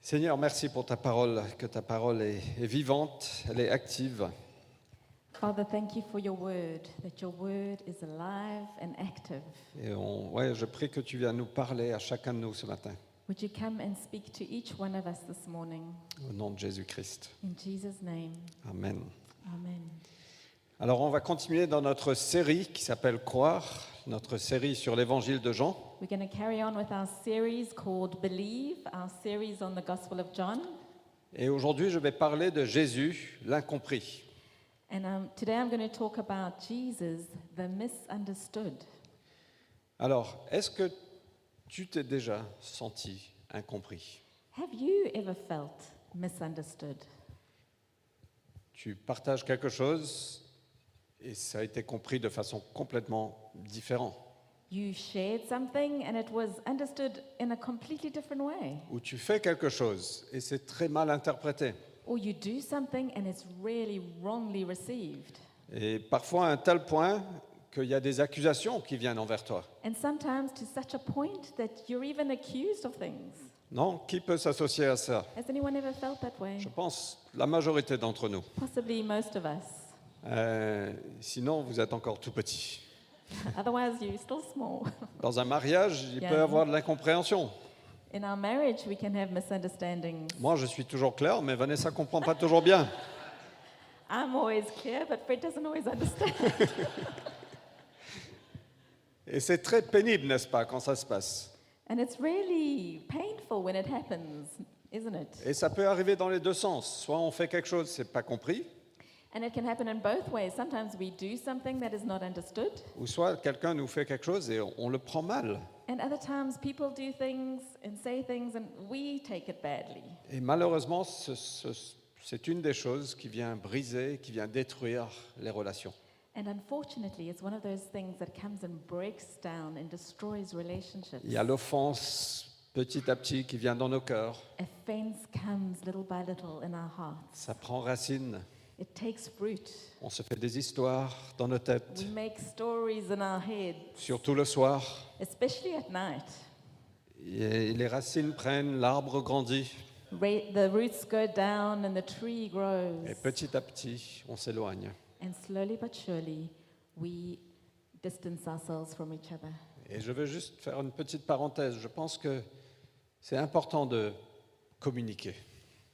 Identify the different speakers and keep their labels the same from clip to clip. Speaker 1: Seigneur, merci pour ta parole, que ta parole est, est vivante, elle est active.
Speaker 2: Father, thank you for your word, that your word is alive and active.
Speaker 1: Et on, ouais, je prie que tu viennes nous parler à chacun de nous ce matin,
Speaker 2: Would you come and speak to each one of us this morning?
Speaker 1: au nom de Jésus-Christ.
Speaker 2: In Jesus' name,
Speaker 1: Amen.
Speaker 2: amen.
Speaker 1: Alors on va continuer dans notre série qui s'appelle Croire, notre série sur l'évangile de Jean.
Speaker 2: We're going to carry on with our series called Believe, our series on the Gospel of John.
Speaker 1: Et aujourd'hui, je vais parler de Jésus, l'incompris.
Speaker 2: And um, today I'm going to talk about Jesus, the misunderstood.
Speaker 1: Alors, est-ce que tu t'es déjà senti incompris
Speaker 2: Have you ever felt misunderstood?
Speaker 1: Tu partages quelque chose et ça a été compris de façon complètement différente.
Speaker 2: You shared something and it was understood in a completely different way.
Speaker 1: Ou tu fais quelque chose et c'est très mal interprété.
Speaker 2: Or you do something and it's really wrongly received.
Speaker 1: Et parfois à un tel point qu'il y a des accusations qui viennent envers toi.
Speaker 2: And sometimes to such a point that you're even accused of things.
Speaker 1: Non Qui peut s'associer à ça
Speaker 2: Has anyone ever felt that way?
Speaker 1: Je pense la majorité d'entre nous.
Speaker 2: Possibly most of us.
Speaker 1: Euh, sinon, vous êtes encore tout petit.
Speaker 2: Otherwise, you're still small.
Speaker 1: Dans un mariage, il
Speaker 2: Yeah.
Speaker 1: peut y avoir de l'incompréhension.
Speaker 2: In our marriage, we can have misunderstandings.
Speaker 1: Moi, je suis toujours clair, mais Vanessa comprend pas toujours bien.
Speaker 2: I'm always clear, but Fred doesn't always understand.
Speaker 1: Et c'est très pénible, n'est-ce pas, quand ça se passe.
Speaker 2: and it's really painful when it happens, isn't it?
Speaker 1: Et ça peut arriver dans les deux sens. Soit on fait quelque chose, c'est pas compris,
Speaker 2: And it can happen in both ways. Sometimes we do something that is not understood,
Speaker 1: ou soit quelqu'un nous fait quelque chose et on on le prend mal.
Speaker 2: and other times people do things and say things, and we take it badly.
Speaker 1: Et malheureusement, ce- ce- c'est une des choses qui vient briser, qui vient détruire les relations.
Speaker 2: And unfortunately, it's one of those things that comes and breaks down and destroys relationships.
Speaker 1: Il y a l'offense petit à petit qui vient dans nos cœurs.
Speaker 2: Offense comes little by little in our hearts.
Speaker 1: Ça prend racine.
Speaker 2: It takes root.
Speaker 1: On se fait des histoires dans nos têtes,
Speaker 2: We make stories in our head,
Speaker 1: surtout le soir.
Speaker 2: especially at night.
Speaker 1: Et les racines prennent, l'arbre grandit,
Speaker 2: Ra- the roots go down and the tree grows.
Speaker 1: et petit à petit, on s'éloigne.
Speaker 2: And slowly but surely, we distance ourselves from each other.
Speaker 1: Et je veux juste faire une petite parenthèse. Je pense que c'est important de communiquer.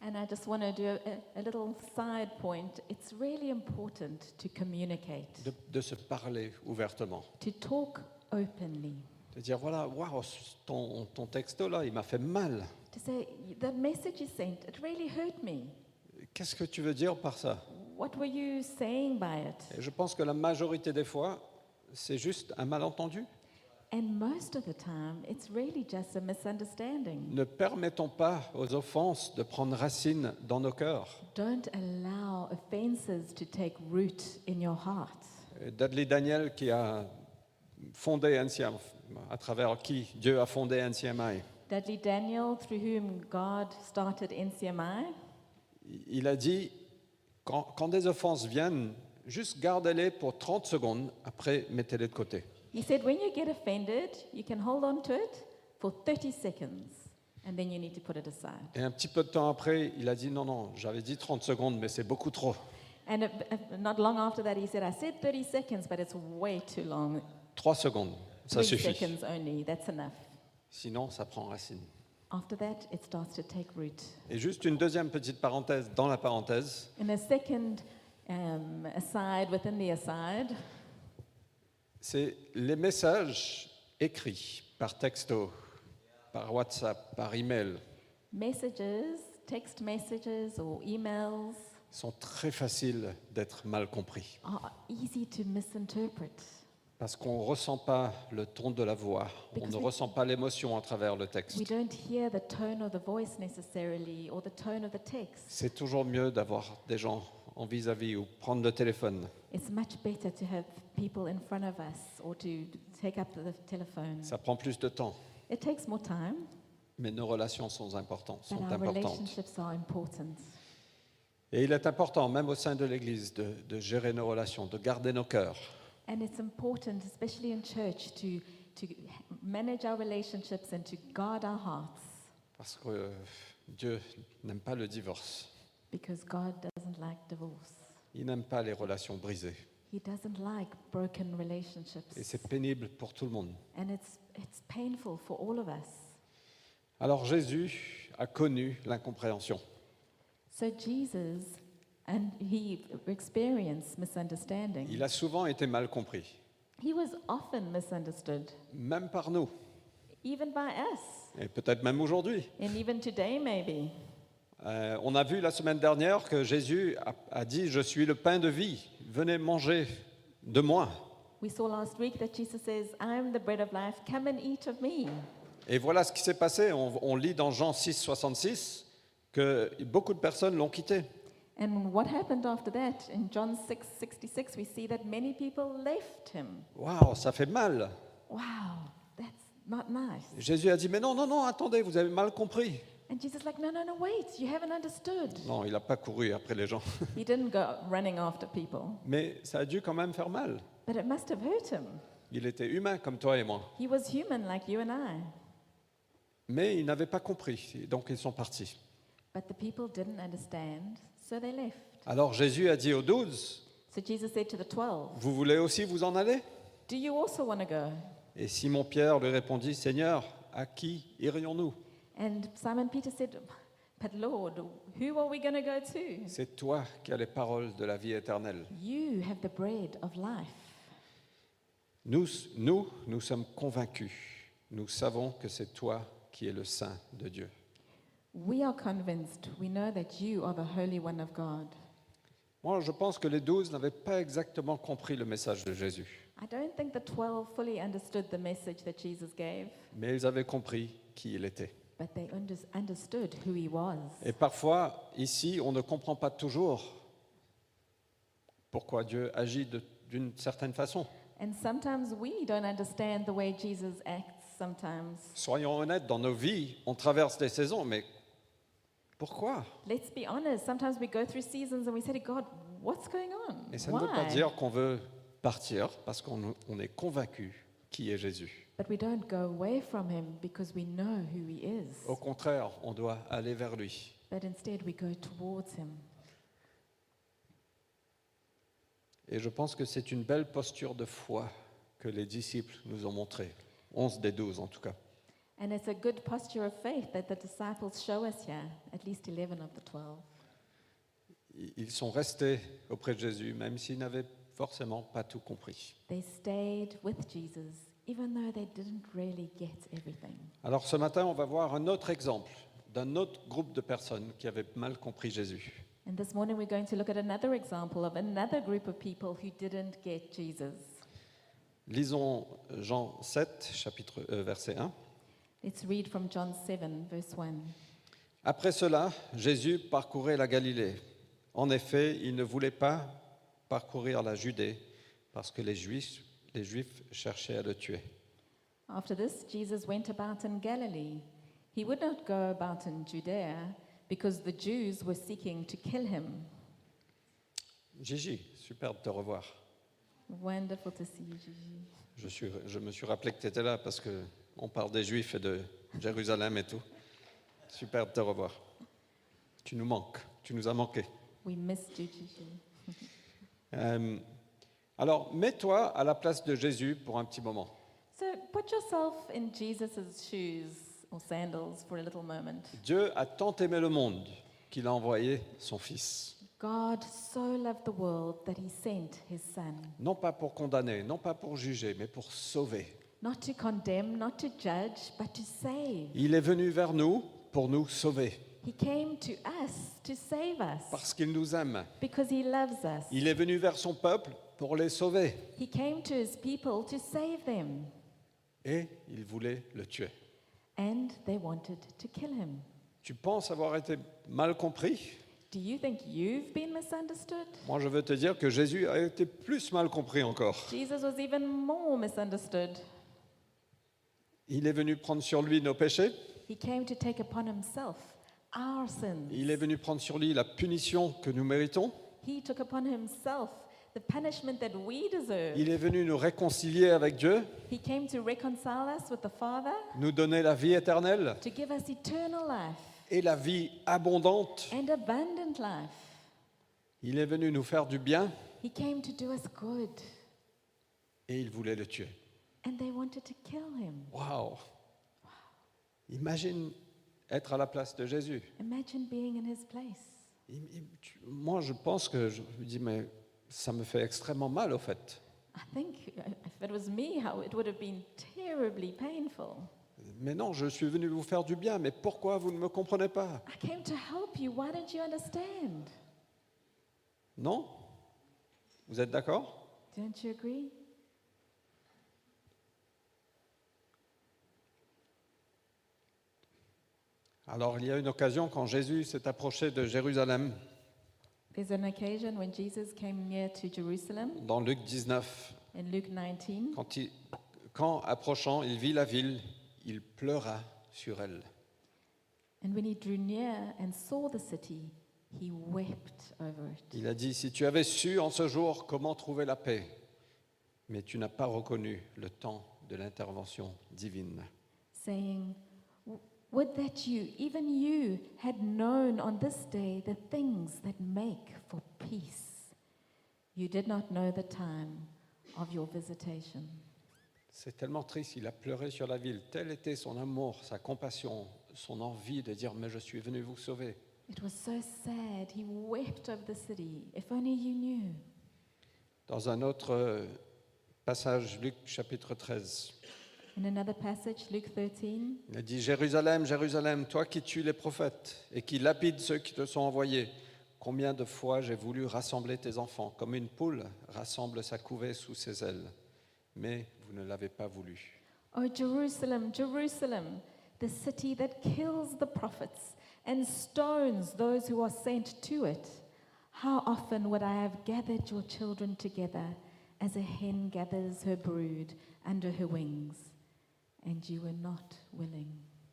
Speaker 2: And I just want to do a, a little side point. It's really important to communicate,
Speaker 1: de, de se parler ouvertement.
Speaker 2: to talk openly.
Speaker 1: De dire, voilà, waouh, ton, ton texte là, il m'a fait mal.
Speaker 2: To say, the message you sent, it really hurt me.
Speaker 1: Qu'est-ce que tu veux dire par ça
Speaker 2: What were you saying by it?
Speaker 1: Et je pense que la majorité des fois, c'est juste un malentendu.
Speaker 2: And most of the time, it's really just a misunderstanding.
Speaker 1: Ne permettons pas aux offenses de prendre racine dans nos cœurs.
Speaker 2: Don't allow offenses to take root in your heart.
Speaker 1: Et Dudley Daniel qui a fondé NCM, à travers qui Dieu a fondé NCMI,
Speaker 2: Dudley Daniel, through whom God started NCMI,
Speaker 1: il a dit, quand, quand des offenses viennent, juste gardez-les pour 30 secondes, après mettez-les de côté.
Speaker 2: he said, when you get offended, you can hold on to it for 30 seconds and then you need to put it aside.
Speaker 1: Et un petit peu de temps après, il a dit non, non, j'avais dit 30 secondes, mais c'est beaucoup trop.
Speaker 2: And uh, uh, not long after that, he said, I said 30 seconds, but it's way too long.
Speaker 1: 3 secondes, ça
Speaker 2: Three
Speaker 1: suffit.
Speaker 2: seconds only, that's enough.
Speaker 1: Sinon, ça prend racine.
Speaker 2: After that, it starts to take root.
Speaker 1: Et juste une deuxième petite parenthèse dans la parenthèse.
Speaker 2: And a second um, aside within the aside
Speaker 1: C'est les messages écrits par texto, par WhatsApp, par email,
Speaker 2: messages, text messages or emails
Speaker 1: sont très faciles d'être mal compris.
Speaker 2: are easy to misinterpret
Speaker 1: Parce qu'on ne ressent pas le ton de la voix, on
Speaker 2: Because
Speaker 1: ne
Speaker 2: we-
Speaker 1: ressent pas l'émotion à travers le
Speaker 2: We
Speaker 1: texte.
Speaker 2: don't hear the tone of the voice necessarily or the tone of the text.
Speaker 1: C'est toujours mieux d'avoir des gens en vis-à-vis ou prendre le téléphone.
Speaker 2: It's much better to have people in front of us or to take up the telephone.
Speaker 1: Ça prend plus de temps.
Speaker 2: It takes more time,
Speaker 1: Mais nos relations sont importantes,
Speaker 2: but
Speaker 1: sont
Speaker 2: our
Speaker 1: importantes.
Speaker 2: relationships are important.
Speaker 1: Et il est important, même au sein de l'Église, de, de gérer nos relations, de garder nos cœurs.
Speaker 2: And it's important, especially in church, to, to manage our relationships and to guard our hearts.
Speaker 1: Parce que euh, Dieu n'aime pas le divorce.
Speaker 2: because God doesn't like divorce.
Speaker 1: Il n'aime pas les relations brisées.
Speaker 2: He doesn't like broken
Speaker 1: Et
Speaker 2: relationships.
Speaker 1: c'est pénible pour tout le monde.
Speaker 2: And it's, it's painful for all of us.
Speaker 1: Alors Jésus a connu l'incompréhension.
Speaker 2: So Jesus, and he experienced misunderstanding.
Speaker 1: Il a souvent été mal compris,
Speaker 2: He was often misunderstood,
Speaker 1: même par nous,
Speaker 2: even by us,
Speaker 1: et peut-être même aujourd'hui.
Speaker 2: and even today, maybe.
Speaker 1: Euh, on a vu la semaine dernière que Jésus a, a dit, je suis le pain de vie, venez manger de moi.
Speaker 2: We saw last week that Jesus says, I am the bread of life, come and eat of me.
Speaker 1: Et voilà ce qui s'est passé. On, on lit dans Jean 6, 66 que beaucoup de personnes l'ont quitté.
Speaker 2: And what happened after that? In John 6 66, we see that many people left him.
Speaker 1: Waouh, ça fait mal.
Speaker 2: Wow, that's not nice.
Speaker 1: Jésus a dit, mais non, non, non, attendez, vous avez mal compris.
Speaker 2: And Jesus is like, no, no, no, wait, you haven't understood.
Speaker 1: Non, il n'a pas couru après les gens.
Speaker 2: He didn't go running after people,
Speaker 1: Mais ça a dû quand même faire mal.
Speaker 2: but it must have hurt him.
Speaker 1: Il était humain comme toi et moi.
Speaker 2: He was human like you and I,
Speaker 1: Mais ils n'avaient pas compris, et donc ils sont partis.
Speaker 2: but the people didn't understand, so they left.
Speaker 1: Alors Jésus a dit aux douze,
Speaker 2: So Jesus said to the twelve,
Speaker 1: vous voulez aussi vous en aller
Speaker 2: Do you also want to go?
Speaker 1: Et Simon-Pierre lui répondit, Seigneur, à qui irions-nous
Speaker 2: And Simon Peter said, But Lord, who are we going to go to?
Speaker 1: C'est toi qui as les paroles de la vie éternelle.
Speaker 2: You have the bread of life.
Speaker 1: Nous, nous, nous sommes convaincus. Nous savons que c'est toi qui es le Saint de Dieu.
Speaker 2: We are convinced, we know that you are the Holy One of God.
Speaker 1: Moi, je pense que les douze n'avaient pas exactement compris le message de Jésus,
Speaker 2: I don't think the 12 fully understood the message that Jesus gave,
Speaker 1: mais ils avaient compris qui il était.
Speaker 2: but they under- understood who he was.
Speaker 1: Et parfois, ici, on ne comprend pas toujours pourquoi Dieu agit de- d'une certaine façon.
Speaker 2: And sometimes we don't understand the way Jesus acts sometimes.
Speaker 1: Soyons honnêtes, dans nos vies, on traverse des saisons, mais pourquoi
Speaker 2: Let's be honest, sometimes we go through seasons and we say to God, What's going on?
Speaker 1: Et ça ne veut pas
Speaker 2: Why?"
Speaker 1: dire qu'on veut partir parce qu'on on est convaincu qui est Jésus.
Speaker 2: But we don't go away from him because we know who he is.
Speaker 1: Au contraire, on doit aller vers lui.
Speaker 2: But instead we go towards him.
Speaker 1: Et je pense que c'est une belle posture de foi que les disciples nous ont montrée. 11 des 12 en tout cas.
Speaker 2: And it's a good posture of faith that the disciples show us here, at least 11 of the 12.
Speaker 1: Ils ils sont restés auprès de Jésus, même s'ils n'avaient forcément pas tout compris.
Speaker 2: They stayed with Jesus, even though they didn't really get everything.
Speaker 1: Alors ce matin, on va voir un autre exemple d'un autre groupe de personnes qui avaient mal compris Jésus.
Speaker 2: And this morning we're going to look at another example of another group of people who didn't get Jesus.
Speaker 1: Lisons Jean 7, chapitre, euh, verset 1.
Speaker 2: Let's read from John 7, verse 1.
Speaker 1: Après cela, Jésus parcourait la Galilée. En effet, il ne voulait pas parcourir la Judée parce que les Juifs, les Juifs cherchaient à le tuer.
Speaker 2: After this, Jesus went about in Galilee. He would not go about in Judea because the Jews were seeking to kill him.
Speaker 1: Gigi, super de te revoir.
Speaker 2: Wonderful to see you, Gigi.
Speaker 1: Je, suis- je me suis rappelé que tu étais là parce qu'on parle des Juifs et de Jérusalem et tout. Super de te revoir. Tu nous manques, tu nous as manqué.
Speaker 2: We missed you, Gigi.
Speaker 1: Euh, alors, mets-toi à la place de Jésus pour un petit moment.
Speaker 2: So put yourself in Jesus' shoes or sandals for a little moment.
Speaker 1: Dieu a tant aimé le monde qu'il a envoyé son Fils.
Speaker 2: God so loved the world that he sent his son,
Speaker 1: non pas pour condamner, non pas pour juger, mais pour sauver.
Speaker 2: not to condemn, not to judge, but to save.
Speaker 1: Il est venu vers nous pour nous sauver,
Speaker 2: He came to us to save us
Speaker 1: parce qu'il nous aime.
Speaker 2: because he loves us.
Speaker 1: Il est venu vers son peuple pour les sauver,
Speaker 2: He came to his people to save them,
Speaker 1: et il voulait le tuer.
Speaker 2: and they wanted to kill him.
Speaker 1: Tu penses avoir été mal compris
Speaker 2: Do you think you've been misunderstood?
Speaker 1: Moi, je veux te dire que Jésus a été plus mal compris encore.
Speaker 2: Jesus was even more misunderstood.
Speaker 1: Il est venu prendre sur lui nos péchés,
Speaker 2: He came to take upon himself our sins.
Speaker 1: il est venu prendre sur lui la punition que nous méritons,
Speaker 2: He took upon himself the punishment that we deserve.
Speaker 1: il est venu nous réconcilier avec Dieu,
Speaker 2: He came to reconcile us with the Father,
Speaker 1: nous donner la vie éternelle,
Speaker 2: to give us eternal life,
Speaker 1: et la vie abondante.
Speaker 2: and abundant life.
Speaker 1: Il est venu nous faire du bien
Speaker 2: He came to do us good,
Speaker 1: et il voulait le tuer.
Speaker 2: and they wanted to kill him.
Speaker 1: Waouh Imagine être à la place de Jésus.
Speaker 2: Imagine being in his place.
Speaker 1: Il- il- tu- Moi, je pense que je me dis, mais ça me fait extrêmement mal au fait.
Speaker 2: I think uh, if it was me, how it would have been terribly painful.
Speaker 1: Mais non, je suis venu vous faire du bien, mais pourquoi vous ne me comprenez pas
Speaker 2: I came to help you. Why don't you understand?
Speaker 1: Non Vous êtes d'accord
Speaker 2: Don't you agree?
Speaker 1: Alors, il y a une occasion quand Jésus s'est approché de Jérusalem,
Speaker 2: There's an occasion when Jesus came near to Jerusalem
Speaker 1: dans Luc 19,
Speaker 2: in Luke 19.
Speaker 1: Quand, il- quand, approchant, il vit la ville, il pleura sur elle.
Speaker 2: And when he drew near and saw the city, he wept over it.
Speaker 1: Il a dit, si tu avais su en ce jour comment trouver la paix, mais tu n'as pas reconnu le temps de l'intervention divine.
Speaker 2: saying, "W- Would that you, even you, had known on this day the things that make for peace. You did not know the time of your visitation.
Speaker 1: C'est tellement triste, il a pleuré sur la ville. Tel était son amour, sa compassion, son envie de dire, mais je suis venu vous sauver.
Speaker 2: It was so sad. He wept over the city. If only you knew.
Speaker 1: Dans un autre euh, passage, Luc chapitre 13,
Speaker 2: In another passage, Luke 13,
Speaker 1: Il a dit Jérusalem, Jérusalem, toi qui tues les prophètes et qui lapides ceux qui te sont envoyés, combien de fois j'ai voulu rassembler tes enfants, comme une poule rassemble sa couvée sous ses ailes, mais vous ne l'avez pas voulu.
Speaker 2: O Jerusalem, Jerusalem, the city that kills the prophets and stones those who are sent to it. How often would I have gathered your children together as a hen gathers her brood under her wings, and you were not willing.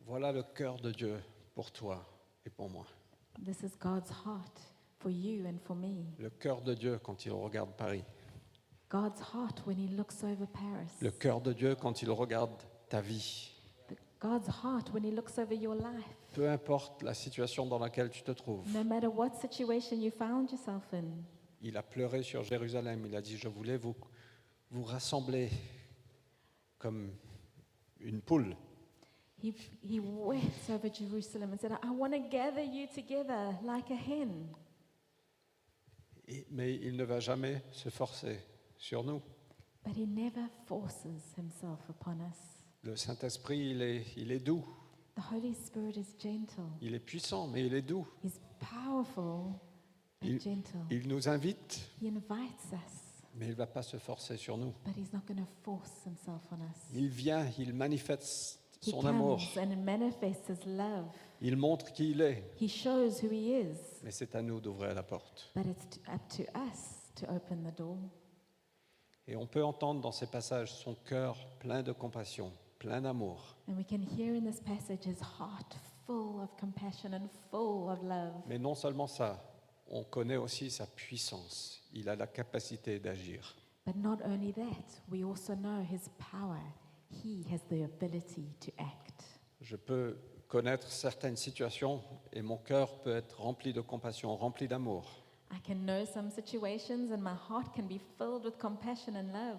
Speaker 1: Voilà le cœur de Dieu pour toi et pour moi.
Speaker 2: This is God's heart for you and for me.
Speaker 1: Le cœur de Dieu quand il regarde Paris.
Speaker 2: God's heart when He looks over Paris.
Speaker 1: Le cœur de Dieu quand il regarde ta vie.
Speaker 2: The- God's heart when He looks over your life.
Speaker 1: Peu importe la situation dans laquelle tu te trouves.
Speaker 2: No matter what situation you found yourself in,
Speaker 1: Il a pleuré sur Jérusalem. Il a dit, je voulais vous, vous rassembler comme une poule.
Speaker 2: He, he wept over Jerusalem and said, I want to gather you together like a hen.
Speaker 1: Et- mais il ne va jamais se forcer sur nous.
Speaker 2: But he never forces himself upon us.
Speaker 1: Le Saint-Esprit, il est, il est doux.
Speaker 2: The Holy Spirit is gentle,
Speaker 1: Il est puissant, mais il est doux.
Speaker 2: he's powerful, but
Speaker 1: Il-
Speaker 2: gentle.
Speaker 1: Il nous invite,
Speaker 2: he invites us,
Speaker 1: mais il ne va pas se forcer sur nous.
Speaker 2: but he's not going to force himself on us.
Speaker 1: Il vient, il manifeste
Speaker 2: He
Speaker 1: son
Speaker 2: comes
Speaker 1: amour.
Speaker 2: and manifests his love.
Speaker 1: Il montre qui il est.
Speaker 2: He shows who he is,
Speaker 1: Mais c'est à nous d'ouvrir la porte.
Speaker 2: but it's t- up to us to open the door.
Speaker 1: Et on peut entendre dans ces passages son cœur plein de compassion, plein d'amour.
Speaker 2: And we can hear in this passage his heart full of compassion and full of love.
Speaker 1: Mais non seulement ça, on connaît aussi sa puissance. Il a la capacité d'agir.
Speaker 2: But not only that, we also know his power. He has the ability to act.
Speaker 1: Je peux connaître certaines situations et mon cœur peut être rempli de compassion, rempli d'amour.
Speaker 2: I can know some situations and my heart can be filled with compassion and love,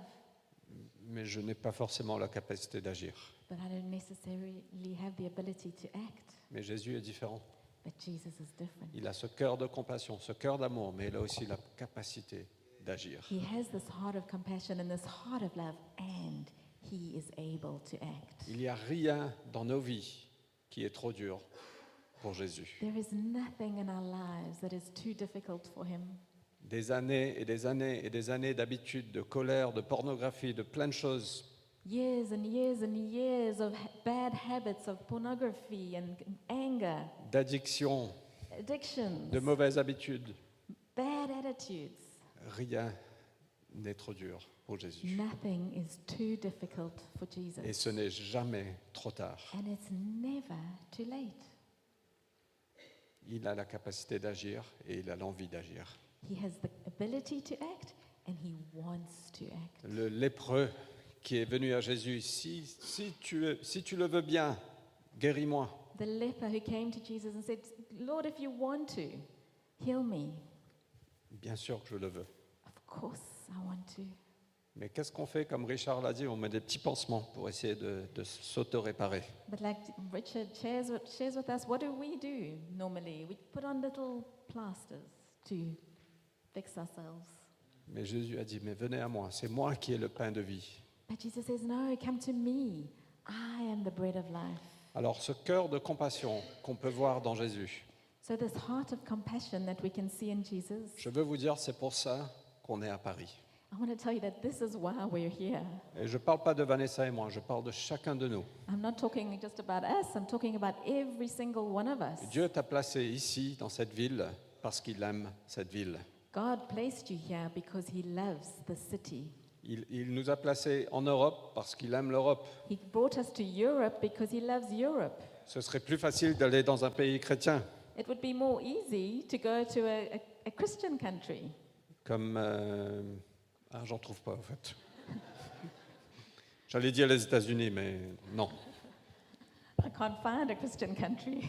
Speaker 1: Mais je n'ai pas forcément la capacité d'agir.
Speaker 2: but I don't necessarily have the ability to act.
Speaker 1: Mais Jésus est différent.
Speaker 2: But Jesus is different.
Speaker 1: Il a ce cœur de compassion, ce cœur d'amour, mais il a aussi la capacité d'agir.
Speaker 2: He has this heart of compassion and this heart of love, and he is able to act.
Speaker 1: Il n'y a rien dans nos vies qui est trop dur pour Jésus.
Speaker 2: There is nothing in our lives that is too difficult for him.
Speaker 1: Des années et des années et des années d'habitude, de colère, de pornographie, de plein de choses
Speaker 2: Years and years and years of ha- bad habits of pornography and anger
Speaker 1: d'addiction,
Speaker 2: addictions,
Speaker 1: de mauvaises habitudes,
Speaker 2: bad attitudes.
Speaker 1: rien n'est trop dur pour Jésus.
Speaker 2: Nothing is too difficult for
Speaker 1: Et
Speaker 2: Jesus.
Speaker 1: ce n'est jamais trop tard.
Speaker 2: And it's never too late.
Speaker 1: Il a la capacité d'agir et il a l'envie d'agir.
Speaker 2: He has the ability to act and he wants to act.
Speaker 1: Le lépreux qui est venu à Jésus, si, si, tu, es- si tu le veux bien, guéris-moi.
Speaker 2: the leper who came to Jesus and said, Lord, if you want to, heal me.
Speaker 1: Bien sûr que je le veux.
Speaker 2: Of course, I want to.
Speaker 1: Mais qu'est-ce qu'on fait Comme Richard l'a dit, on met des petits pansements pour essayer de, de s'auto-réparer.
Speaker 2: But like Richard shares with, shares with us, what do we do normally? We put on little plasters to fix ourselves.
Speaker 1: Mais Jésus a dit, mais venez à moi, c'est moi qui ai le pain de vie.
Speaker 2: But Jesus says, No, come to me. I am the bread of life.
Speaker 1: Alors ce cœur de compassion qu'on peut voir dans Jésus,
Speaker 2: So, this heart of compassion that we can see in Jesus,
Speaker 1: je veux vous dire, c'est pour ça qu'on est à Paris.
Speaker 2: I want to tell you that this is why we're here.
Speaker 1: Et je ne parle pas de Vanessa et moi, je parle de chacun de nous.
Speaker 2: I'm not talking just about us, I'm talking about every single one of us.
Speaker 1: Dieu t'a placé ici, dans cette ville, parce qu'il aime cette ville.
Speaker 2: God placed you here because He loves the city.
Speaker 1: Il, il nous a placés en Europe parce qu'il aime l'Europe.
Speaker 2: He brought us to Europe because He loves Europe.
Speaker 1: Ce serait plus facile d'aller dans un pays chrétien,
Speaker 2: It would be more easy to go to a, a, a Christian country.
Speaker 1: comme... euh, ah, j'en trouve pas, en fait. J'allais dire les États-Unis, mais non.
Speaker 2: I can't find a Christian country.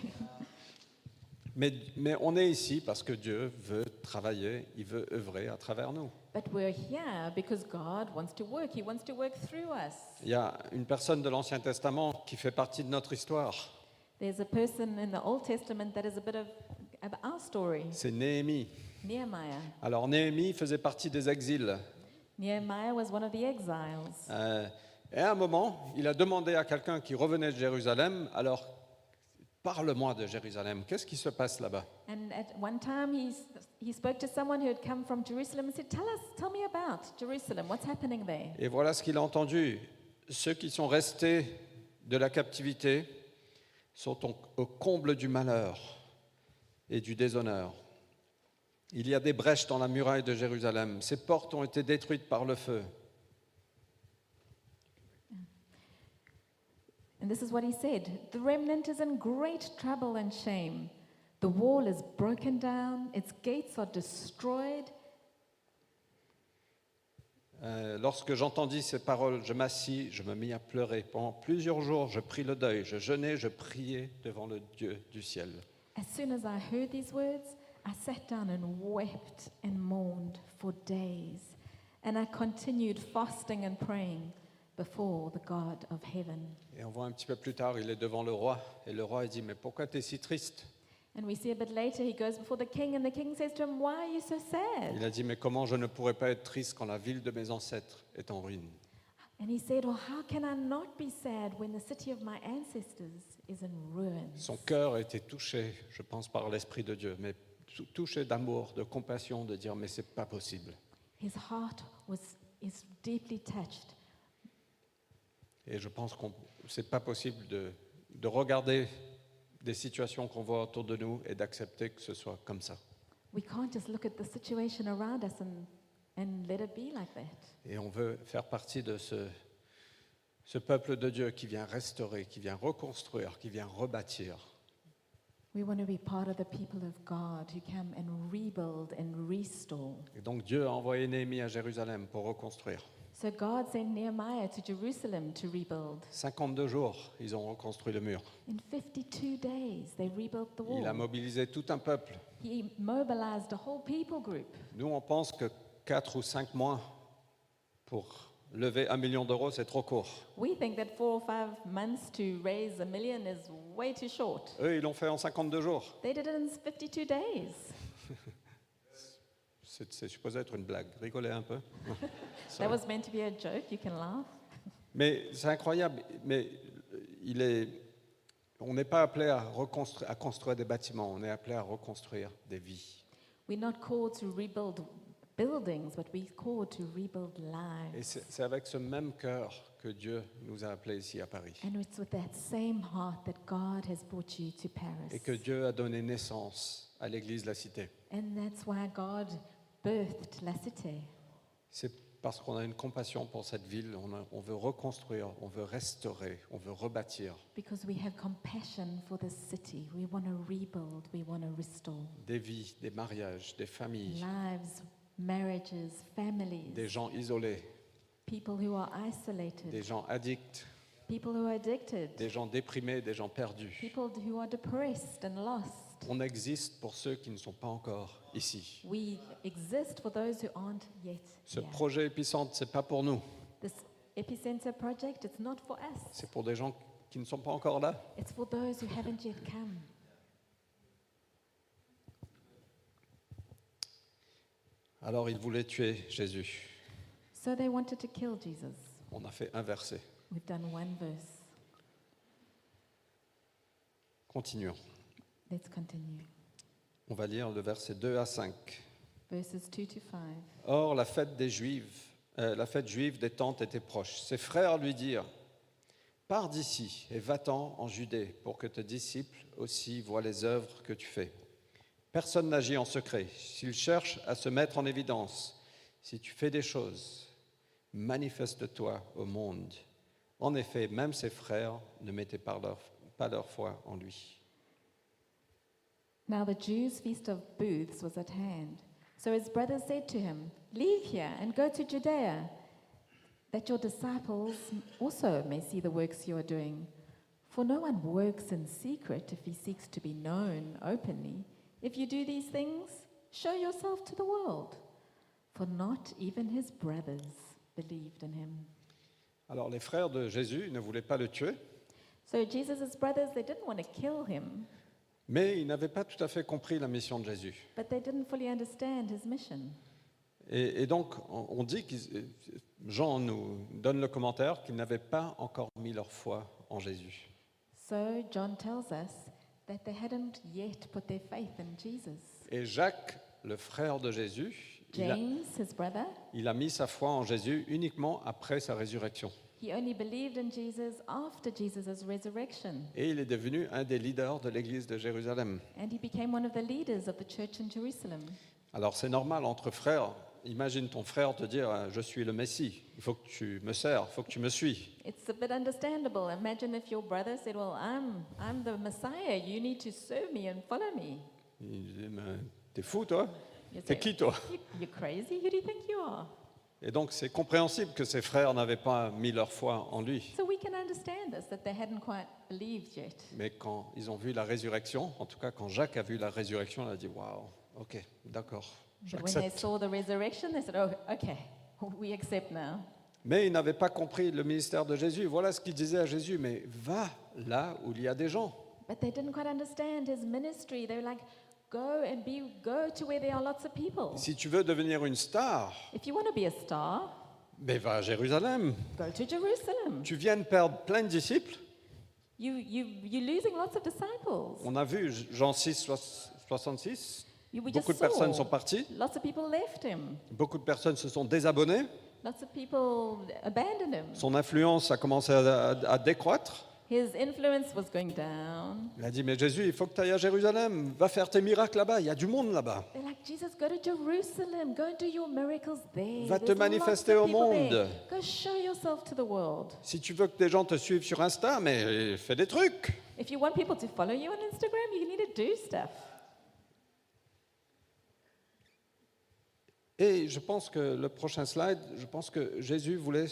Speaker 1: Mais, mais on est ici parce que Dieu veut travailler, il veut œuvrer à travers nous.
Speaker 2: but we're here because God wants to work, He wants to work through us.
Speaker 1: Il y a une personne de l'Ancien Testament qui fait partie de notre histoire,
Speaker 2: There's a person in the Old Testament that is a bit of, of our story,
Speaker 1: c'est Néhémie.
Speaker 2: Nehemiah.
Speaker 1: Alors Néhémie faisait partie des exils.
Speaker 2: Nehemiah was one of the exiles.
Speaker 1: Euh, et à un moment, il a demandé à quelqu'un qui revenait de Jérusalem, alors parle-moi de Jérusalem, qu'est-ce qui se passe là-bas
Speaker 2: And at one time he, s- he spoke to someone who had come from Jerusalem and said, Tell us, tell me about Jerusalem. What's happening there?
Speaker 1: Et voilà ce qu'il a entendu. Ceux qui sont restés de la captivité sont au, au comble du malheur et du déshonneur. Il y a des brèches dans la muraille de Jérusalem. Ses portes ont été détruites par le feu.
Speaker 2: And this is what he said The remnant is in great trouble and shame. The wall is broken down, its gates are destroyed.
Speaker 1: Euh, lorsque j'entendis ces paroles, je m'assis, je me mis à pleurer. Pendant plusieurs jours, je pris le deuil, je jeûnais, je priais devant le Dieu du ciel.
Speaker 2: As soon as I heard these words, I sat down and wept and mourned for days. And I continued fasting and praying before the God of heaven.
Speaker 1: Et on voit un petit peu plus tard, il est devant le roi. Et le roi il dit, mais pourquoi tu es si triste
Speaker 2: And we see a bit later he goes before the king, and the king says to him, Why are you so sad?
Speaker 1: Il a dit, mais comment je ne pourrais pas être triste quand la ville de mes ancêtres est en ruine
Speaker 2: And he said, Well, how can I not be sad when the city of my ancestors is in ruins?
Speaker 1: Son cœur a été touché, je pense, par l'Esprit de Dieu, mais tou- touché d'amour, de compassion, de dire, mais c'est pas possible.
Speaker 2: His heart was is deeply touched.
Speaker 1: Et je pense que c'est pas possible de, de regarder des situations qu'on voit autour de nous et d'accepter que ce soit comme ça.
Speaker 2: We can't just look at the situation around us and, and let it be like that.
Speaker 1: Et on veut faire partie de ce, ce peuple de Dieu qui vient restaurer, qui vient reconstruire, qui vient rebâtir.
Speaker 2: We want to be part of the people of God who come and rebuild and restore.
Speaker 1: Et donc Dieu a envoyé Néhémie à Jérusalem pour reconstruire.
Speaker 2: So God sent Nehemiah to Jerusalem to rebuild.
Speaker 1: 52 jours, ils ont reconstruit le mur.
Speaker 2: In 52 days, they rebuilt the
Speaker 1: Il a
Speaker 2: wall.
Speaker 1: mobilisé tout un peuple.
Speaker 2: He mobilized a whole people group.
Speaker 1: Nous, on pense que 4 ou 5 mois pour lever un million d'euros, c'est trop court.
Speaker 2: We think that four or five months to raise a million is way too short.
Speaker 1: Eux, ils l'ont fait en 52 jours.
Speaker 2: They did it in 52 days.
Speaker 1: C'est c'est supposé être une blague. Rigolez un peu.
Speaker 2: That was meant to be a joke. You can laugh.
Speaker 1: Mais c'est incroyable. Mais euh, il est, on n'est pas appelé à, reconstru- à construire des bâtiments, on est appelé à reconstruire des vies.
Speaker 2: We're not called to rebuild buildings, but we're called to rebuild
Speaker 1: Et
Speaker 2: lives.
Speaker 1: c'est c'est avec ce même cœur que Dieu nous a appelés ici à Paris.
Speaker 2: And it's with that same heart that God has brought you to
Speaker 1: Et que
Speaker 2: Paris.
Speaker 1: Dieu a donné naissance à l'Église La Cité.
Speaker 2: And that's why God birthed La Cité.
Speaker 1: C'est parce qu'on a une compassion pour cette ville, on, a- on veut reconstruire, on veut restaurer, on veut rebâtir.
Speaker 2: Because we have compassion for this city. We want to rebuild, we want to restore.
Speaker 1: Des vies, des mariages, des familles,
Speaker 2: Lives, marriages, families,
Speaker 1: des gens isolés,
Speaker 2: people who are
Speaker 1: des
Speaker 2: isolated,
Speaker 1: gens addicts,
Speaker 2: people who are addicted,
Speaker 1: des gens déprimés, des gens perdus.
Speaker 2: people who are depressed and lost.
Speaker 1: On existe pour ceux qui ne sont pas encore ici.
Speaker 2: We exist for those who aren't yet.
Speaker 1: Ce
Speaker 2: here.
Speaker 1: projet épicentre, c'est pas pour nous,
Speaker 2: This Epicenter project, it's not for us,
Speaker 1: c'est pour des gens qui ne sont pas encore là.
Speaker 2: it's for those who haven't yet come.
Speaker 1: Alors ils voulaient tuer Jésus.
Speaker 2: So they wanted to kill Jesus.
Speaker 1: On a fait inverser.
Speaker 2: We've done one verse.
Speaker 1: Continuons.
Speaker 2: Let's continue.
Speaker 1: On va lire le verset 2 à 5.
Speaker 2: Verses 2 to 5.
Speaker 1: Or, la fête des Juifs, euh, la fête juive des tentes était proche. Ses frères lui dirent Pars d'ici et va-t'en en Judée, pour que tes disciples aussi voient les œuvres que tu fais. Personne n'agit en secret. S'ils cherchent à se mettre en évidence, si tu fais des choses, manifeste-toi au monde. En effet, même ses frères ne mettaient pas leur, pas leur foi en lui.
Speaker 2: Now the Jews' feast of booths was at hand. So his brothers said to him, Leave here and go to Judea, that your disciples also may see the works you are doing. For no one works in secret if he seeks to be known openly. If you do these things, show yourself to the world. For not even his brothers believed in him.
Speaker 1: Alors, les frères de Jésus ne voulaient pas le tuer,
Speaker 2: So Jesus' brothers, they didn't want to kill him,
Speaker 1: mais ils n'avaient pas tout à fait compris la mission de Jésus.
Speaker 2: but they didn't fully understand his mission.
Speaker 1: Et, et donc, on on dit que Jean nous donne le commentaire qu'ils n'avaient pas encore mis leur foi en Jésus.
Speaker 2: So John tells us that they hadn't yet put their faith in Jesus.
Speaker 1: Et Jacques, le frère de Jésus, il a,
Speaker 2: James, his brother,
Speaker 1: il a mis sa foi en Jésus uniquement après sa résurrection.
Speaker 2: he only believed in Jesus after Jesus' resurrection,
Speaker 1: Et il est devenu un des leaders de l'Église de Jérusalem.
Speaker 2: and he became one of the leaders of the church in Jerusalem.
Speaker 1: Alors c'est normal entre frères. Imagine ton frère te dire euh, Je suis le Messie, il faut que tu me sers, il faut que tu me suis.
Speaker 2: It's a bit understandable. Imagine if your brother said, Well, I'm, I'm the Messiah. You need to serve me and follow me.
Speaker 1: Il dit Mais T'es fou, toi
Speaker 2: You'd
Speaker 1: T'es
Speaker 2: say,
Speaker 1: qui, toi
Speaker 2: "You- You're crazy? Who do you think you are?
Speaker 1: Et donc c'est compréhensible que ses frères n'avaient pas mis leur foi en lui.
Speaker 2: So we can understand this, that they hadn't quite believed yet.
Speaker 1: Mais quand ils ont vu la résurrection, en tout cas quand Jacques a vu la résurrection, il a dit Waouh, ok, d'accord,
Speaker 2: But when they
Speaker 1: j'accepte.
Speaker 2: saw the resurrection, they said, Oh, okay, we accept now.
Speaker 1: Mais ils n'avaient pas compris le ministère de Jésus. Voilà ce qu'il disait à Jésus Mais va là où il y a des gens.
Speaker 2: But they didn't quite understand his ministry. They were like, go and be, go to where there are lots of people.
Speaker 1: Si tu veux devenir une star,
Speaker 2: If you want to be a star,
Speaker 1: ben va à Jérusalem.
Speaker 2: go to Jerusalem.
Speaker 1: Tu viens de perdre plein de disciples.
Speaker 2: You, you, you're losing lots of disciples.
Speaker 1: On a vu Jean 6, soix- 66.
Speaker 2: You, we
Speaker 1: Beaucoup de
Speaker 2: just saw
Speaker 1: personnes sont parties.
Speaker 2: lots of people left him.
Speaker 1: Beaucoup de personnes se sont désabonnées.
Speaker 2: Lots of people abandoned him.
Speaker 1: Son influence a commencé à- à- à décroître.
Speaker 2: His influence was going down.
Speaker 1: Il a dit, mais Jésus, il faut que tu ailles à Jérusalem, va faire tes miracles là-bas, il y a du monde là-bas.
Speaker 2: They're like, Jesus, go to Jerusalem. Go and do your miracles there.
Speaker 1: Va te
Speaker 2: There's lots of
Speaker 1: manifester au
Speaker 2: people there.
Speaker 1: monde."
Speaker 2: Go show yourself to the world.
Speaker 1: Si tu veux que des gens te suivent sur Insta, mais euh, fais des trucs.
Speaker 2: If you want people to follow you on Instagram, you need to do stuff.
Speaker 1: Et je pense que le prochain slide, je pense que Jésus voulait,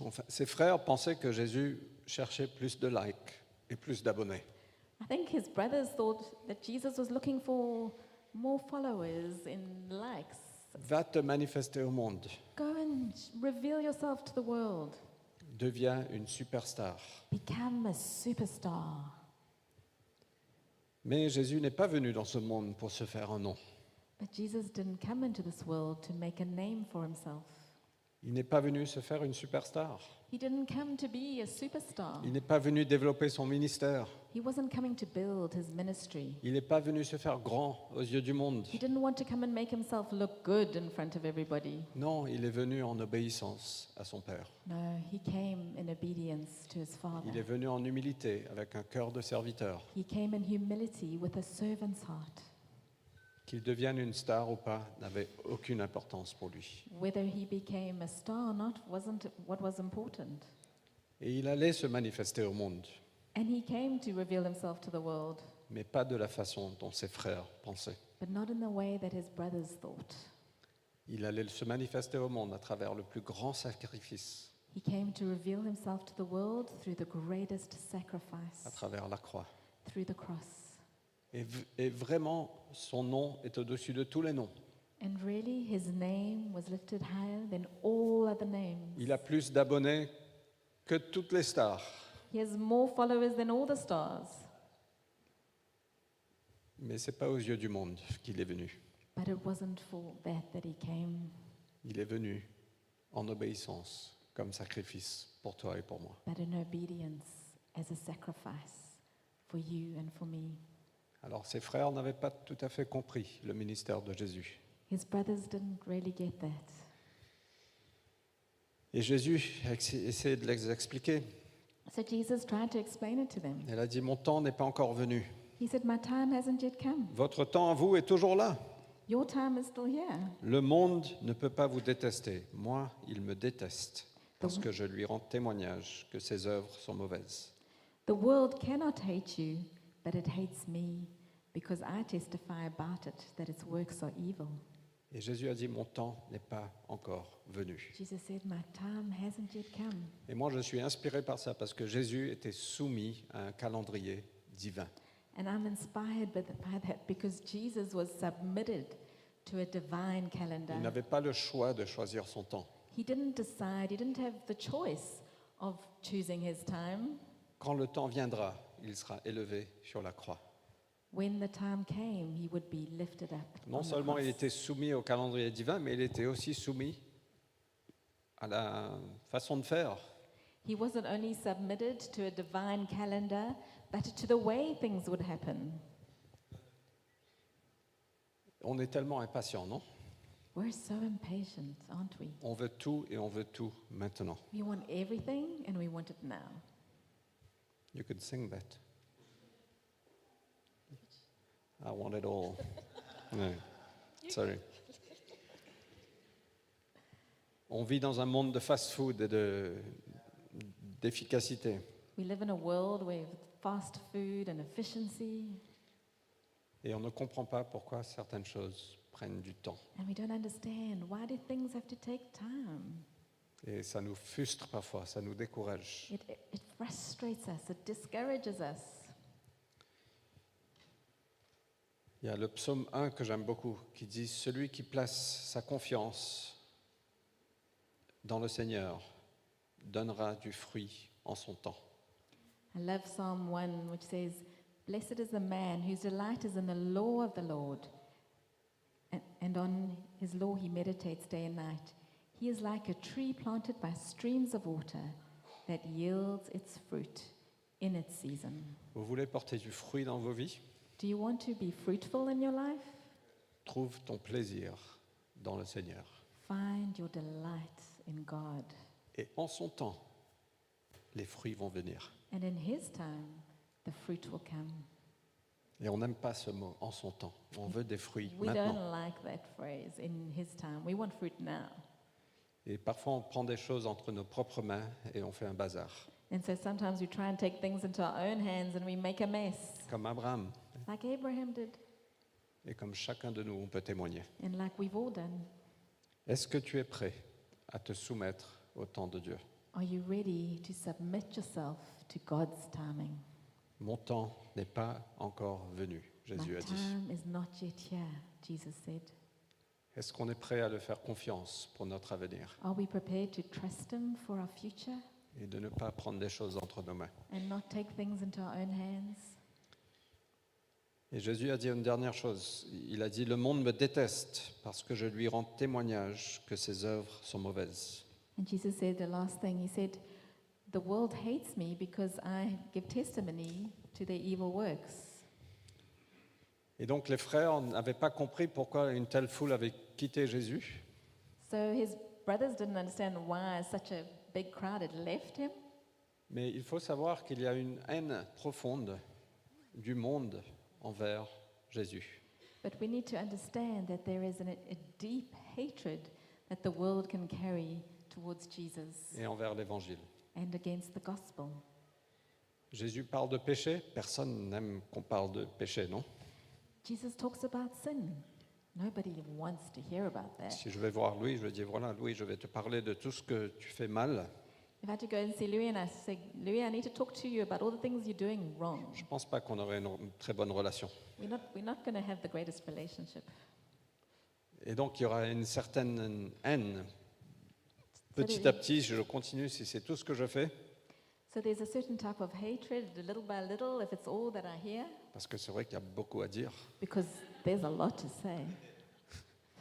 Speaker 1: enfin, ses frères pensaient que Jésus cherchait plus de likes et plus d'abonnés.
Speaker 2: I think his brothers thought that Jesus was looking for more followers and likes.
Speaker 1: Va te manifester au monde,
Speaker 2: Go and reveal yourself to the world.
Speaker 1: deviens une superstar.
Speaker 2: Become a superstar.
Speaker 1: Mais Jésus n'est pas venu dans ce monde pour se faire un nom.
Speaker 2: But Jesus didn't come into this world to make a name for himself.
Speaker 1: Il n'est pas venu se faire une superstar.
Speaker 2: He didn't come to be a superstar.
Speaker 1: Il n'est pas venu développer son ministère.
Speaker 2: He wasn't coming to build his ministry.
Speaker 1: Il n'est pas venu se faire grand aux yeux du monde.
Speaker 2: He didn't want to come and make himself look good in front of everybody.
Speaker 1: Non, il est venu en obéissance à son Père.
Speaker 2: No, he came in obedience to his Father.
Speaker 1: Il est venu en humilité, avec un cœur de serviteur.
Speaker 2: He came in humility with a servant's heart.
Speaker 1: Qu'il devienne une star ou pas n'avait aucune importance pour lui.
Speaker 2: Whether he became a star or not wasn't what was important.
Speaker 1: Et il allait se manifester au monde,
Speaker 2: And he came to reveal himself to the world,
Speaker 1: mais pas de la façon dont ses frères pensaient.
Speaker 2: but not in the way that his brothers thought.
Speaker 1: Il allait se manifester au monde à travers le plus grand sacrifice,
Speaker 2: He came to reveal himself to the world through the greatest sacrifice,
Speaker 1: à travers la croix.
Speaker 2: through the cross.
Speaker 1: Et, v- et vraiment, son nom est au-dessus de tous les noms.
Speaker 2: And really, his name was lifted higher than all other names.
Speaker 1: Il a plus d'abonnés que toutes les stars.
Speaker 2: He has more followers than all the stars.
Speaker 1: Mais ce n'est pas aux yeux du monde qu'il est venu.
Speaker 2: But it wasn't for that that he came,
Speaker 1: Il est venu en obéissance, comme sacrifice pour toi et pour moi.
Speaker 2: but in obedience as a sacrifice for you and for me.
Speaker 1: Alors ses frères n'avaient pas tout à fait compris le ministère de Jésus.
Speaker 2: His brothers didn't really get that.
Speaker 1: Et Jésus a ex- essayé de les expliquer.
Speaker 2: So Jesus tried to explain it to them.
Speaker 1: Elle a dit, mon temps n'est pas encore venu.
Speaker 2: He said, My time hasn't yet come.
Speaker 1: Votre temps à vous est toujours là.
Speaker 2: Your time is still here.
Speaker 1: Le monde ne peut pas vous détester. Moi, il me déteste parce que je lui rends témoignage que ses œuvres sont mauvaises.
Speaker 2: The world cannot hate you, but it hates me because I testify about it that its works are evil.
Speaker 1: Et Jésus a dit, mon temps n'est pas encore venu.
Speaker 2: Jesus said, My time hasn't yet come.
Speaker 1: Et moi, je suis inspiré par ça parce que Jésus était soumis à un calendrier divin.
Speaker 2: And I'm inspired by, th- by that because Jesus was submitted to a divine
Speaker 1: Il
Speaker 2: calendar.
Speaker 1: n'avait pas le choix de choisir son temps.
Speaker 2: He didn't decide, he didn't have the choice of choosing his time.
Speaker 1: Quand le temps viendra, il sera élevé sur la croix.
Speaker 2: When the time came, he would be lifted up.
Speaker 1: Non
Speaker 2: on the
Speaker 1: seulement
Speaker 2: cross.
Speaker 1: il était soumis au calendrier divin, mais il était aussi soumis à la façon de faire.
Speaker 2: He wasn't only submitted to a divine calendar, but to the way things would happen.
Speaker 1: On est tellement impatient, non
Speaker 2: We're so impatient, aren't we?
Speaker 1: On veut tout et on veut tout maintenant.
Speaker 2: We want everything and we want it now.
Speaker 1: You could sing that. I want it all. Ouais. Sorry. On vit dans un monde de fast-food et de d'efficacité.
Speaker 2: We live in a world where fast food and efficiency,
Speaker 1: Et on ne comprend pas pourquoi certaines choses prennent du temps.
Speaker 2: and we don't understand why do things have to take time?
Speaker 1: Et ça nous frustre parfois, ça nous décourage.
Speaker 2: It, it, it frustrates us, it discourages us.
Speaker 1: Il y a le psaume 1 que j'aime beaucoup qui dit Celui qui place sa confiance dans le Seigneur donnera du fruit en son temps.
Speaker 2: I love Psalm 1, which says, Blessed is the man whose delight is in the law of the Lord, and, and on his law he meditates day and night. He is like a tree planted by streams of water that yields its fruit in its season.
Speaker 1: Vous voulez porter du fruit dans vos vies
Speaker 2: Do you want to be fruitful in your life?
Speaker 1: Trouve ton plaisir dans le Seigneur.
Speaker 2: Find your delight in God,
Speaker 1: Et en son temps, les fruits vont venir.
Speaker 2: and in His time, the fruit will come.
Speaker 1: Et on n'aime pas ce mot, en son temps. On veut des fruits
Speaker 2: We
Speaker 1: maintenant.
Speaker 2: don't like that phrase, in His time. We want fruit now.
Speaker 1: Et parfois, on prend des choses entre nos propres mains et on fait un bazar.
Speaker 2: And so sometimes we try and take things into our own hands and we make a mess,
Speaker 1: Comme Abraham
Speaker 2: like Abraham did,
Speaker 1: et comme chacun de nous, on peut témoigner.
Speaker 2: and like we've all done.
Speaker 1: Est-ce que tu es prêt à te soumettre au temps de Dieu
Speaker 2: Are you ready to submit yourself to God's timing?
Speaker 1: Mon temps n'est pas encore venu, Jésus
Speaker 2: My
Speaker 1: a dit.
Speaker 2: time is not yet here, Jesus said.
Speaker 1: Est-ce qu'on est prêt à le faire confiance pour notre avenir
Speaker 2: Are we prepared to trust Him for our future
Speaker 1: et de ne pas prendre des choses entre nos mains
Speaker 2: and not take things into our own hands?
Speaker 1: Et Jésus a dit une dernière chose. Il a dit, le monde me déteste parce que je lui rends témoignage que ses œuvres sont mauvaises.
Speaker 2: And Jesus said the last thing He said, The world hates me because I give testimony to their evil works.
Speaker 1: Et donc les frères n'avaient pas compris pourquoi une telle foule avait quitté Jésus.
Speaker 2: So his brothers didn't understand why such a big crowd had left him.
Speaker 1: Mais il faut savoir qu'il y a une haine profonde du monde envers Jésus.
Speaker 2: But we need to understand that there is an, a deep hatred that the world can carry towards Jesus
Speaker 1: et envers l'Évangile.
Speaker 2: and against the gospel.
Speaker 1: Jésus parle de péché. Personne n'aime qu'on parle de péché, non
Speaker 2: Jesus talks about sin. Nobody wants to hear about that.
Speaker 1: Si je vais voir Louis, je dis voilà, Louis, je vais te parler de tout ce que tu fais mal.
Speaker 2: If I had to go and see Louis and I say, Louis, I need to talk to you about all the things you're doing wrong,
Speaker 1: Je ne pense pas qu'on aurait une très bonne relation.
Speaker 2: we're not, we're not going to have the greatest relationship.
Speaker 1: Et donc, il y aura une certaine haine.
Speaker 2: Ça
Speaker 1: Petit
Speaker 2: devient-
Speaker 1: à petit, si je continue, si c'est tout ce que je fais,
Speaker 2: So there's a certain type of hatred, little by little, if it's all that I hear,
Speaker 1: parce que c'est vrai qu'il y a beaucoup à dire.
Speaker 2: because there's a lot to say.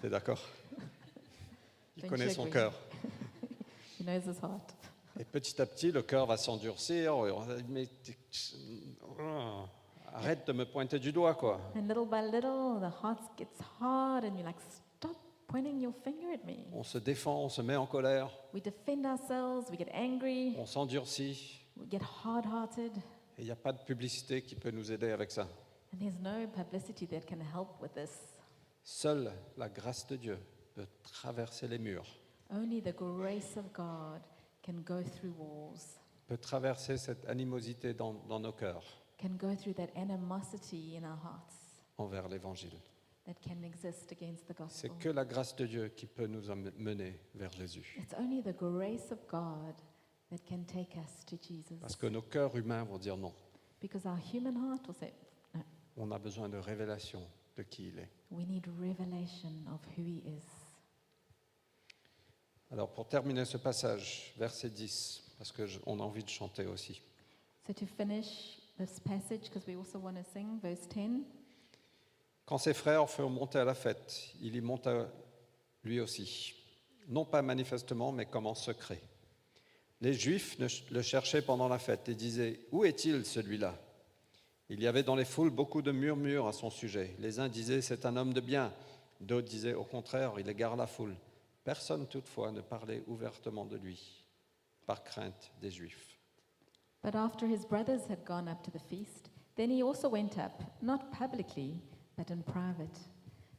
Speaker 1: T'es d'accord Il
Speaker 2: Donc,
Speaker 1: connaît
Speaker 2: j'ai
Speaker 1: son
Speaker 2: compris.
Speaker 1: cœur.
Speaker 2: He knows his heart.
Speaker 1: Et petit à petit, le cœur va s'endurcir. et on va dire, Mais t'es- oh, arrête de me pointer du doigt, quoi.
Speaker 2: And little by little, the heart gets hard, and you're like, stop pointing your finger at me.
Speaker 1: On se défend, on se met en colère,
Speaker 2: We defend ourselves, we get angry,
Speaker 1: on s'endurcit.
Speaker 2: we get hard hearted,
Speaker 1: Et il n'y a pas de publicité qui peut nous aider avec ça.
Speaker 2: and there's no publicity that can help with this.
Speaker 1: Seule la grâce de Dieu peut traverser les murs,
Speaker 2: Only the grace of God can go through walls,
Speaker 1: peut traverser cette animosité dans, dans nos cœurs
Speaker 2: can go through that animosity in our hearts
Speaker 1: envers l'Évangile.
Speaker 2: that can exist against the
Speaker 1: C'est
Speaker 2: gospel.
Speaker 1: que la grâce de Dieu qui peut nous am- mener vers Jésus.
Speaker 2: It's only the grace of God that can take us to Jesus.
Speaker 1: Parce que nos cœurs humains vont dire non.
Speaker 2: Because our human heart will say, no,
Speaker 1: On a besoin de révélation de qui il est.
Speaker 2: we need revelation of who He is.
Speaker 1: Alors pour terminer ce passage, verset 10, parce qu'on a envie de chanter aussi.
Speaker 2: So to finish this passage, because we also want to sing verse 10.
Speaker 1: Quand ses frères furent montés à la fête, il y monta lui aussi, non pas manifestement, mais comme en secret. Les Juifs ne- le cherchaient pendant la fête et disaient, Où est-il celui-là Il y avait dans les foules beaucoup de murmures à son sujet. Les uns disaient, C'est un homme de bien. D'autres disaient, Au contraire, il égare la foule. Personne toutefois ne parlait ouvertement de lui, par crainte des Juifs.
Speaker 2: But after his brothers had gone up to the feast, then he also went up, not publicly, but in private.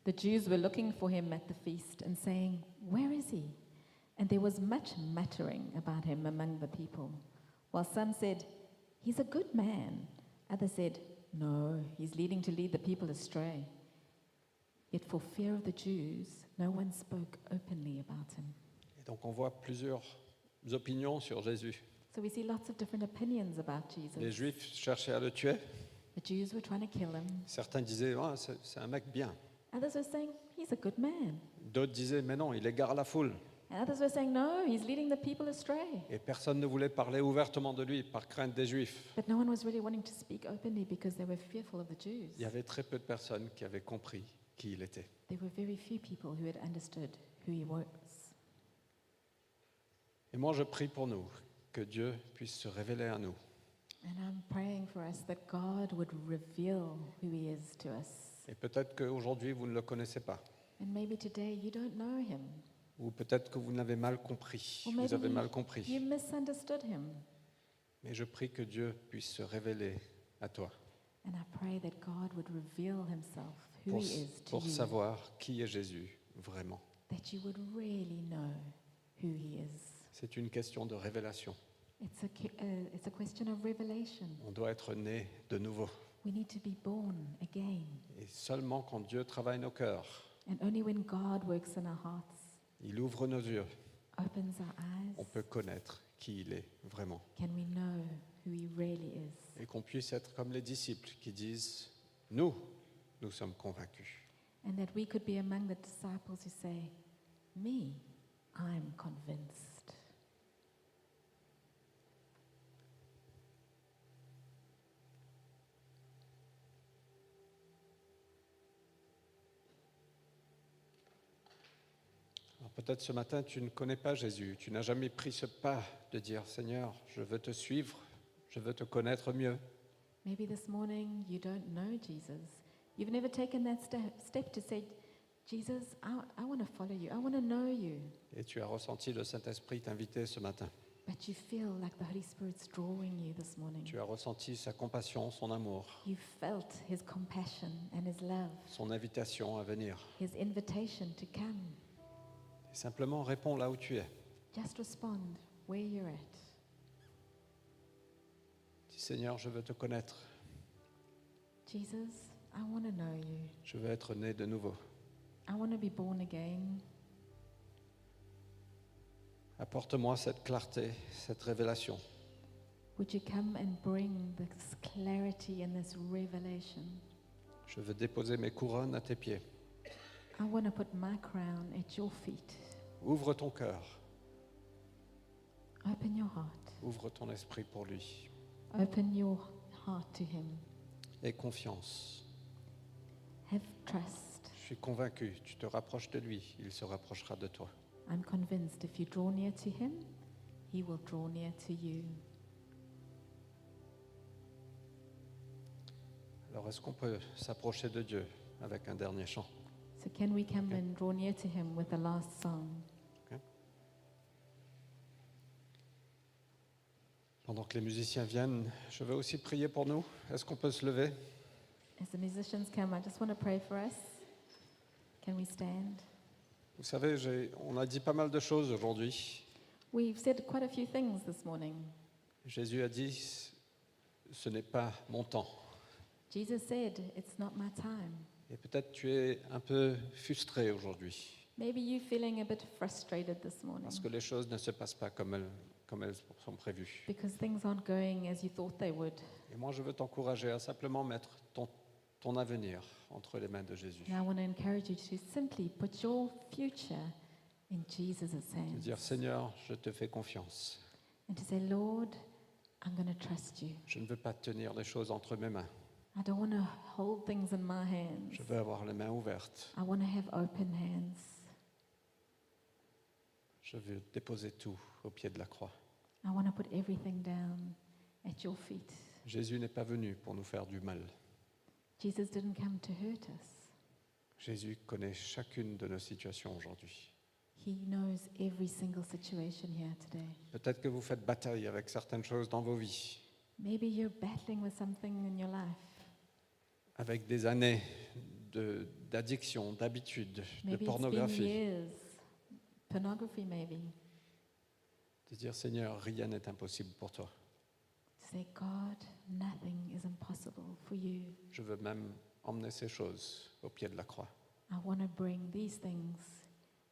Speaker 2: The Jews were looking for him at the feast and saying, Where is he? And there was much muttering about him among the people, while some said, He's a good man. Others said, No, he's leading to lead the people astray. Yet for fear of the Jews, no one spoke openly about him.
Speaker 1: Et donc on voit plusieurs opinions sur Jésus.
Speaker 2: So we see lots of different opinions about Jesus.
Speaker 1: Les Juifs cherchaient à le tuer.
Speaker 2: The Jews were trying to kill him.
Speaker 1: Certains disaient, Ah, c'est c'est un mec bien.
Speaker 2: Others were saying, he's a good man.
Speaker 1: D'autres disaient, mais non, il égare la foule.
Speaker 2: And others were saying, no, he's leading the people astray.
Speaker 1: Et personne ne voulait parler ouvertement de lui par crainte des Juifs.
Speaker 2: But no one was really wanting to speak openly because they were fearful of the Jews.
Speaker 1: Il y avait très peu de personnes qui avaient compris qui il était.
Speaker 2: There were very few people who had understood who he was.
Speaker 1: Et moi, je prie pour nous, que Dieu puisse se révéler à nous,
Speaker 2: And I'm praying for us that God would reveal who he is to us.
Speaker 1: et peut-être qu'aujourd'hui, vous ne le connaissez pas,
Speaker 2: And maybe today you don't know him.
Speaker 1: ou peut-être que vous l'avez mal compris,
Speaker 2: Ou
Speaker 1: vous
Speaker 2: maybe
Speaker 1: avez
Speaker 2: you-
Speaker 1: mal
Speaker 2: You
Speaker 1: compris,
Speaker 2: misunderstood him.
Speaker 1: mais je prie que Dieu puisse se révéler à toi,
Speaker 2: And I pray that God would reveal himself who
Speaker 1: pour,
Speaker 2: he is to
Speaker 1: pour
Speaker 2: you.
Speaker 1: savoir qui est Jésus vraiment.
Speaker 2: That you would really know who he is.
Speaker 1: C'est une question de révélation.
Speaker 2: It's a, ki- uh, it's a question of revelation.
Speaker 1: On doit être né de nouveau.
Speaker 2: We need to be born again.
Speaker 1: Et seulement quand Dieu travaille nos cœurs,
Speaker 2: And only when God works in our hearts,
Speaker 1: Il ouvre nos yeux.
Speaker 2: opens our
Speaker 1: On
Speaker 2: eyes,
Speaker 1: peut connaître qui il est vraiment.
Speaker 2: can we know who He really is.
Speaker 1: Et qu'on puisse être comme les disciples qui disent, nous, nous sommes convaincus.
Speaker 2: And that we could be among the disciples who say, Me, I'm convinced.
Speaker 1: Alors peut-être ce matin, tu ne connais pas Jésus. Tu n'as jamais pris ce pas de dire, Seigneur, je veux te suivre, je veux te connaître mieux.
Speaker 2: Maybe this morning you don't know Jesus. You've never taken that step, step to say, Jesus, I, I want to follow you. I want to know you.
Speaker 1: Et tu as ressenti le Saint-Esprit t'inviter ce matin.
Speaker 2: But you feel like the Holy Spirit's drawing you this morning.
Speaker 1: Tu as ressenti sa compassion, son amour,
Speaker 2: You felt his compassion and his love,
Speaker 1: son invitation à venir.
Speaker 2: his invitation to come.
Speaker 1: Et simplement réponds là où tu es.
Speaker 2: Just respond where you're at.
Speaker 1: Dis, Seigneur, je veux te connaître.
Speaker 2: Jesus, I want to know you.
Speaker 1: Je veux être né de nouveau.
Speaker 2: I want to be born again.
Speaker 1: Apporte-moi cette clarté, cette révélation.
Speaker 2: Would you come and bring this clarity and this revelation?
Speaker 1: Je veux déposer mes couronnes à tes pieds.
Speaker 2: I want to put my crown at your feet.
Speaker 1: Ouvre ton cœur,
Speaker 2: Open your heart.
Speaker 1: ouvre ton esprit pour lui.
Speaker 2: Open your heart to Him.
Speaker 1: Et confiance.
Speaker 2: Have trust.
Speaker 1: Je suis convaincu, tu te rapproches de lui, il se rapprochera de toi.
Speaker 2: I'm convinced if you draw near to Him, He will draw near to you.
Speaker 1: Alors est-ce qu'on peut s'approcher de Dieu avec un dernier chant
Speaker 2: So, can we come
Speaker 1: Okay.
Speaker 2: and draw near to Him with the last song?
Speaker 1: Pendant que les musiciens viennent, je veux aussi prier pour nous. Est-ce qu'on peut se lever
Speaker 2: As the musicians come, I just want to pray for us. Can we stand?
Speaker 1: Vous savez, j'ai- on a dit pas mal de choses aujourd'hui.
Speaker 2: We've said quite a few things this morning.
Speaker 1: Jésus a dit, ce n'est pas mon temps.
Speaker 2: Jesus said, It's not my time.
Speaker 1: Et peut-être tu es un peu frustré aujourd'hui,
Speaker 2: Maybe you're feeling a bit frustrated this morning
Speaker 1: parce que les choses ne se passent pas comme elles, comme elles sont prévues.
Speaker 2: because things aren't going as you thought they would.
Speaker 1: Et moi, je veux t'encourager à simplement mettre ton, ton avenir entre les mains de Jésus.
Speaker 2: And I want to encourage you to simply put your future in Jesus'
Speaker 1: Te
Speaker 2: hands
Speaker 1: dire, Seigneur, je te fais confiance.
Speaker 2: and to say, Lord, I'm going to trust you.
Speaker 1: Je ne veux pas tenir les choses entre mes mains.
Speaker 2: I don't want to hold things in my hands.
Speaker 1: Je veux avoir les mains ouvertes.
Speaker 2: I want to have open hands.
Speaker 1: Je veux déposer tout au pied de la croix.
Speaker 2: I want to put everything down at your feet.
Speaker 1: Jésus n'est pas venu pour nous faire du mal.
Speaker 2: Jesus didn't come to hurt us.
Speaker 1: Jésus connaît chacune de nos situations aujourd'hui.
Speaker 2: He knows every single situation here today.
Speaker 1: Peut-être que vous faites bataille avec certaines choses dans vos vies,
Speaker 2: Maybe you're battling with something in your life,
Speaker 1: avec des années de- d'addiction, d'habitude, de
Speaker 2: maybe it's been
Speaker 1: pornographie.
Speaker 2: years. Pornography, maybe.
Speaker 1: De dire Seigneur, rien n'est impossible pour toi.
Speaker 2: To say, God, nothing is impossible for you.
Speaker 1: Je veux même emmener ces choses au pied de la croix.
Speaker 2: I want to bring these things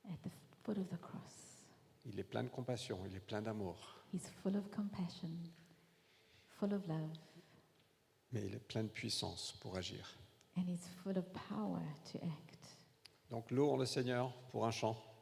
Speaker 2: at the foot of the cross.
Speaker 1: Il est plein de compassion, il est plein d'amour,
Speaker 2: He's full of compassion, full of love,
Speaker 1: mais il est plein de puissance pour agir.
Speaker 2: and he's full of power to act.
Speaker 1: Donc l'eau en le Seigneur pour un chant.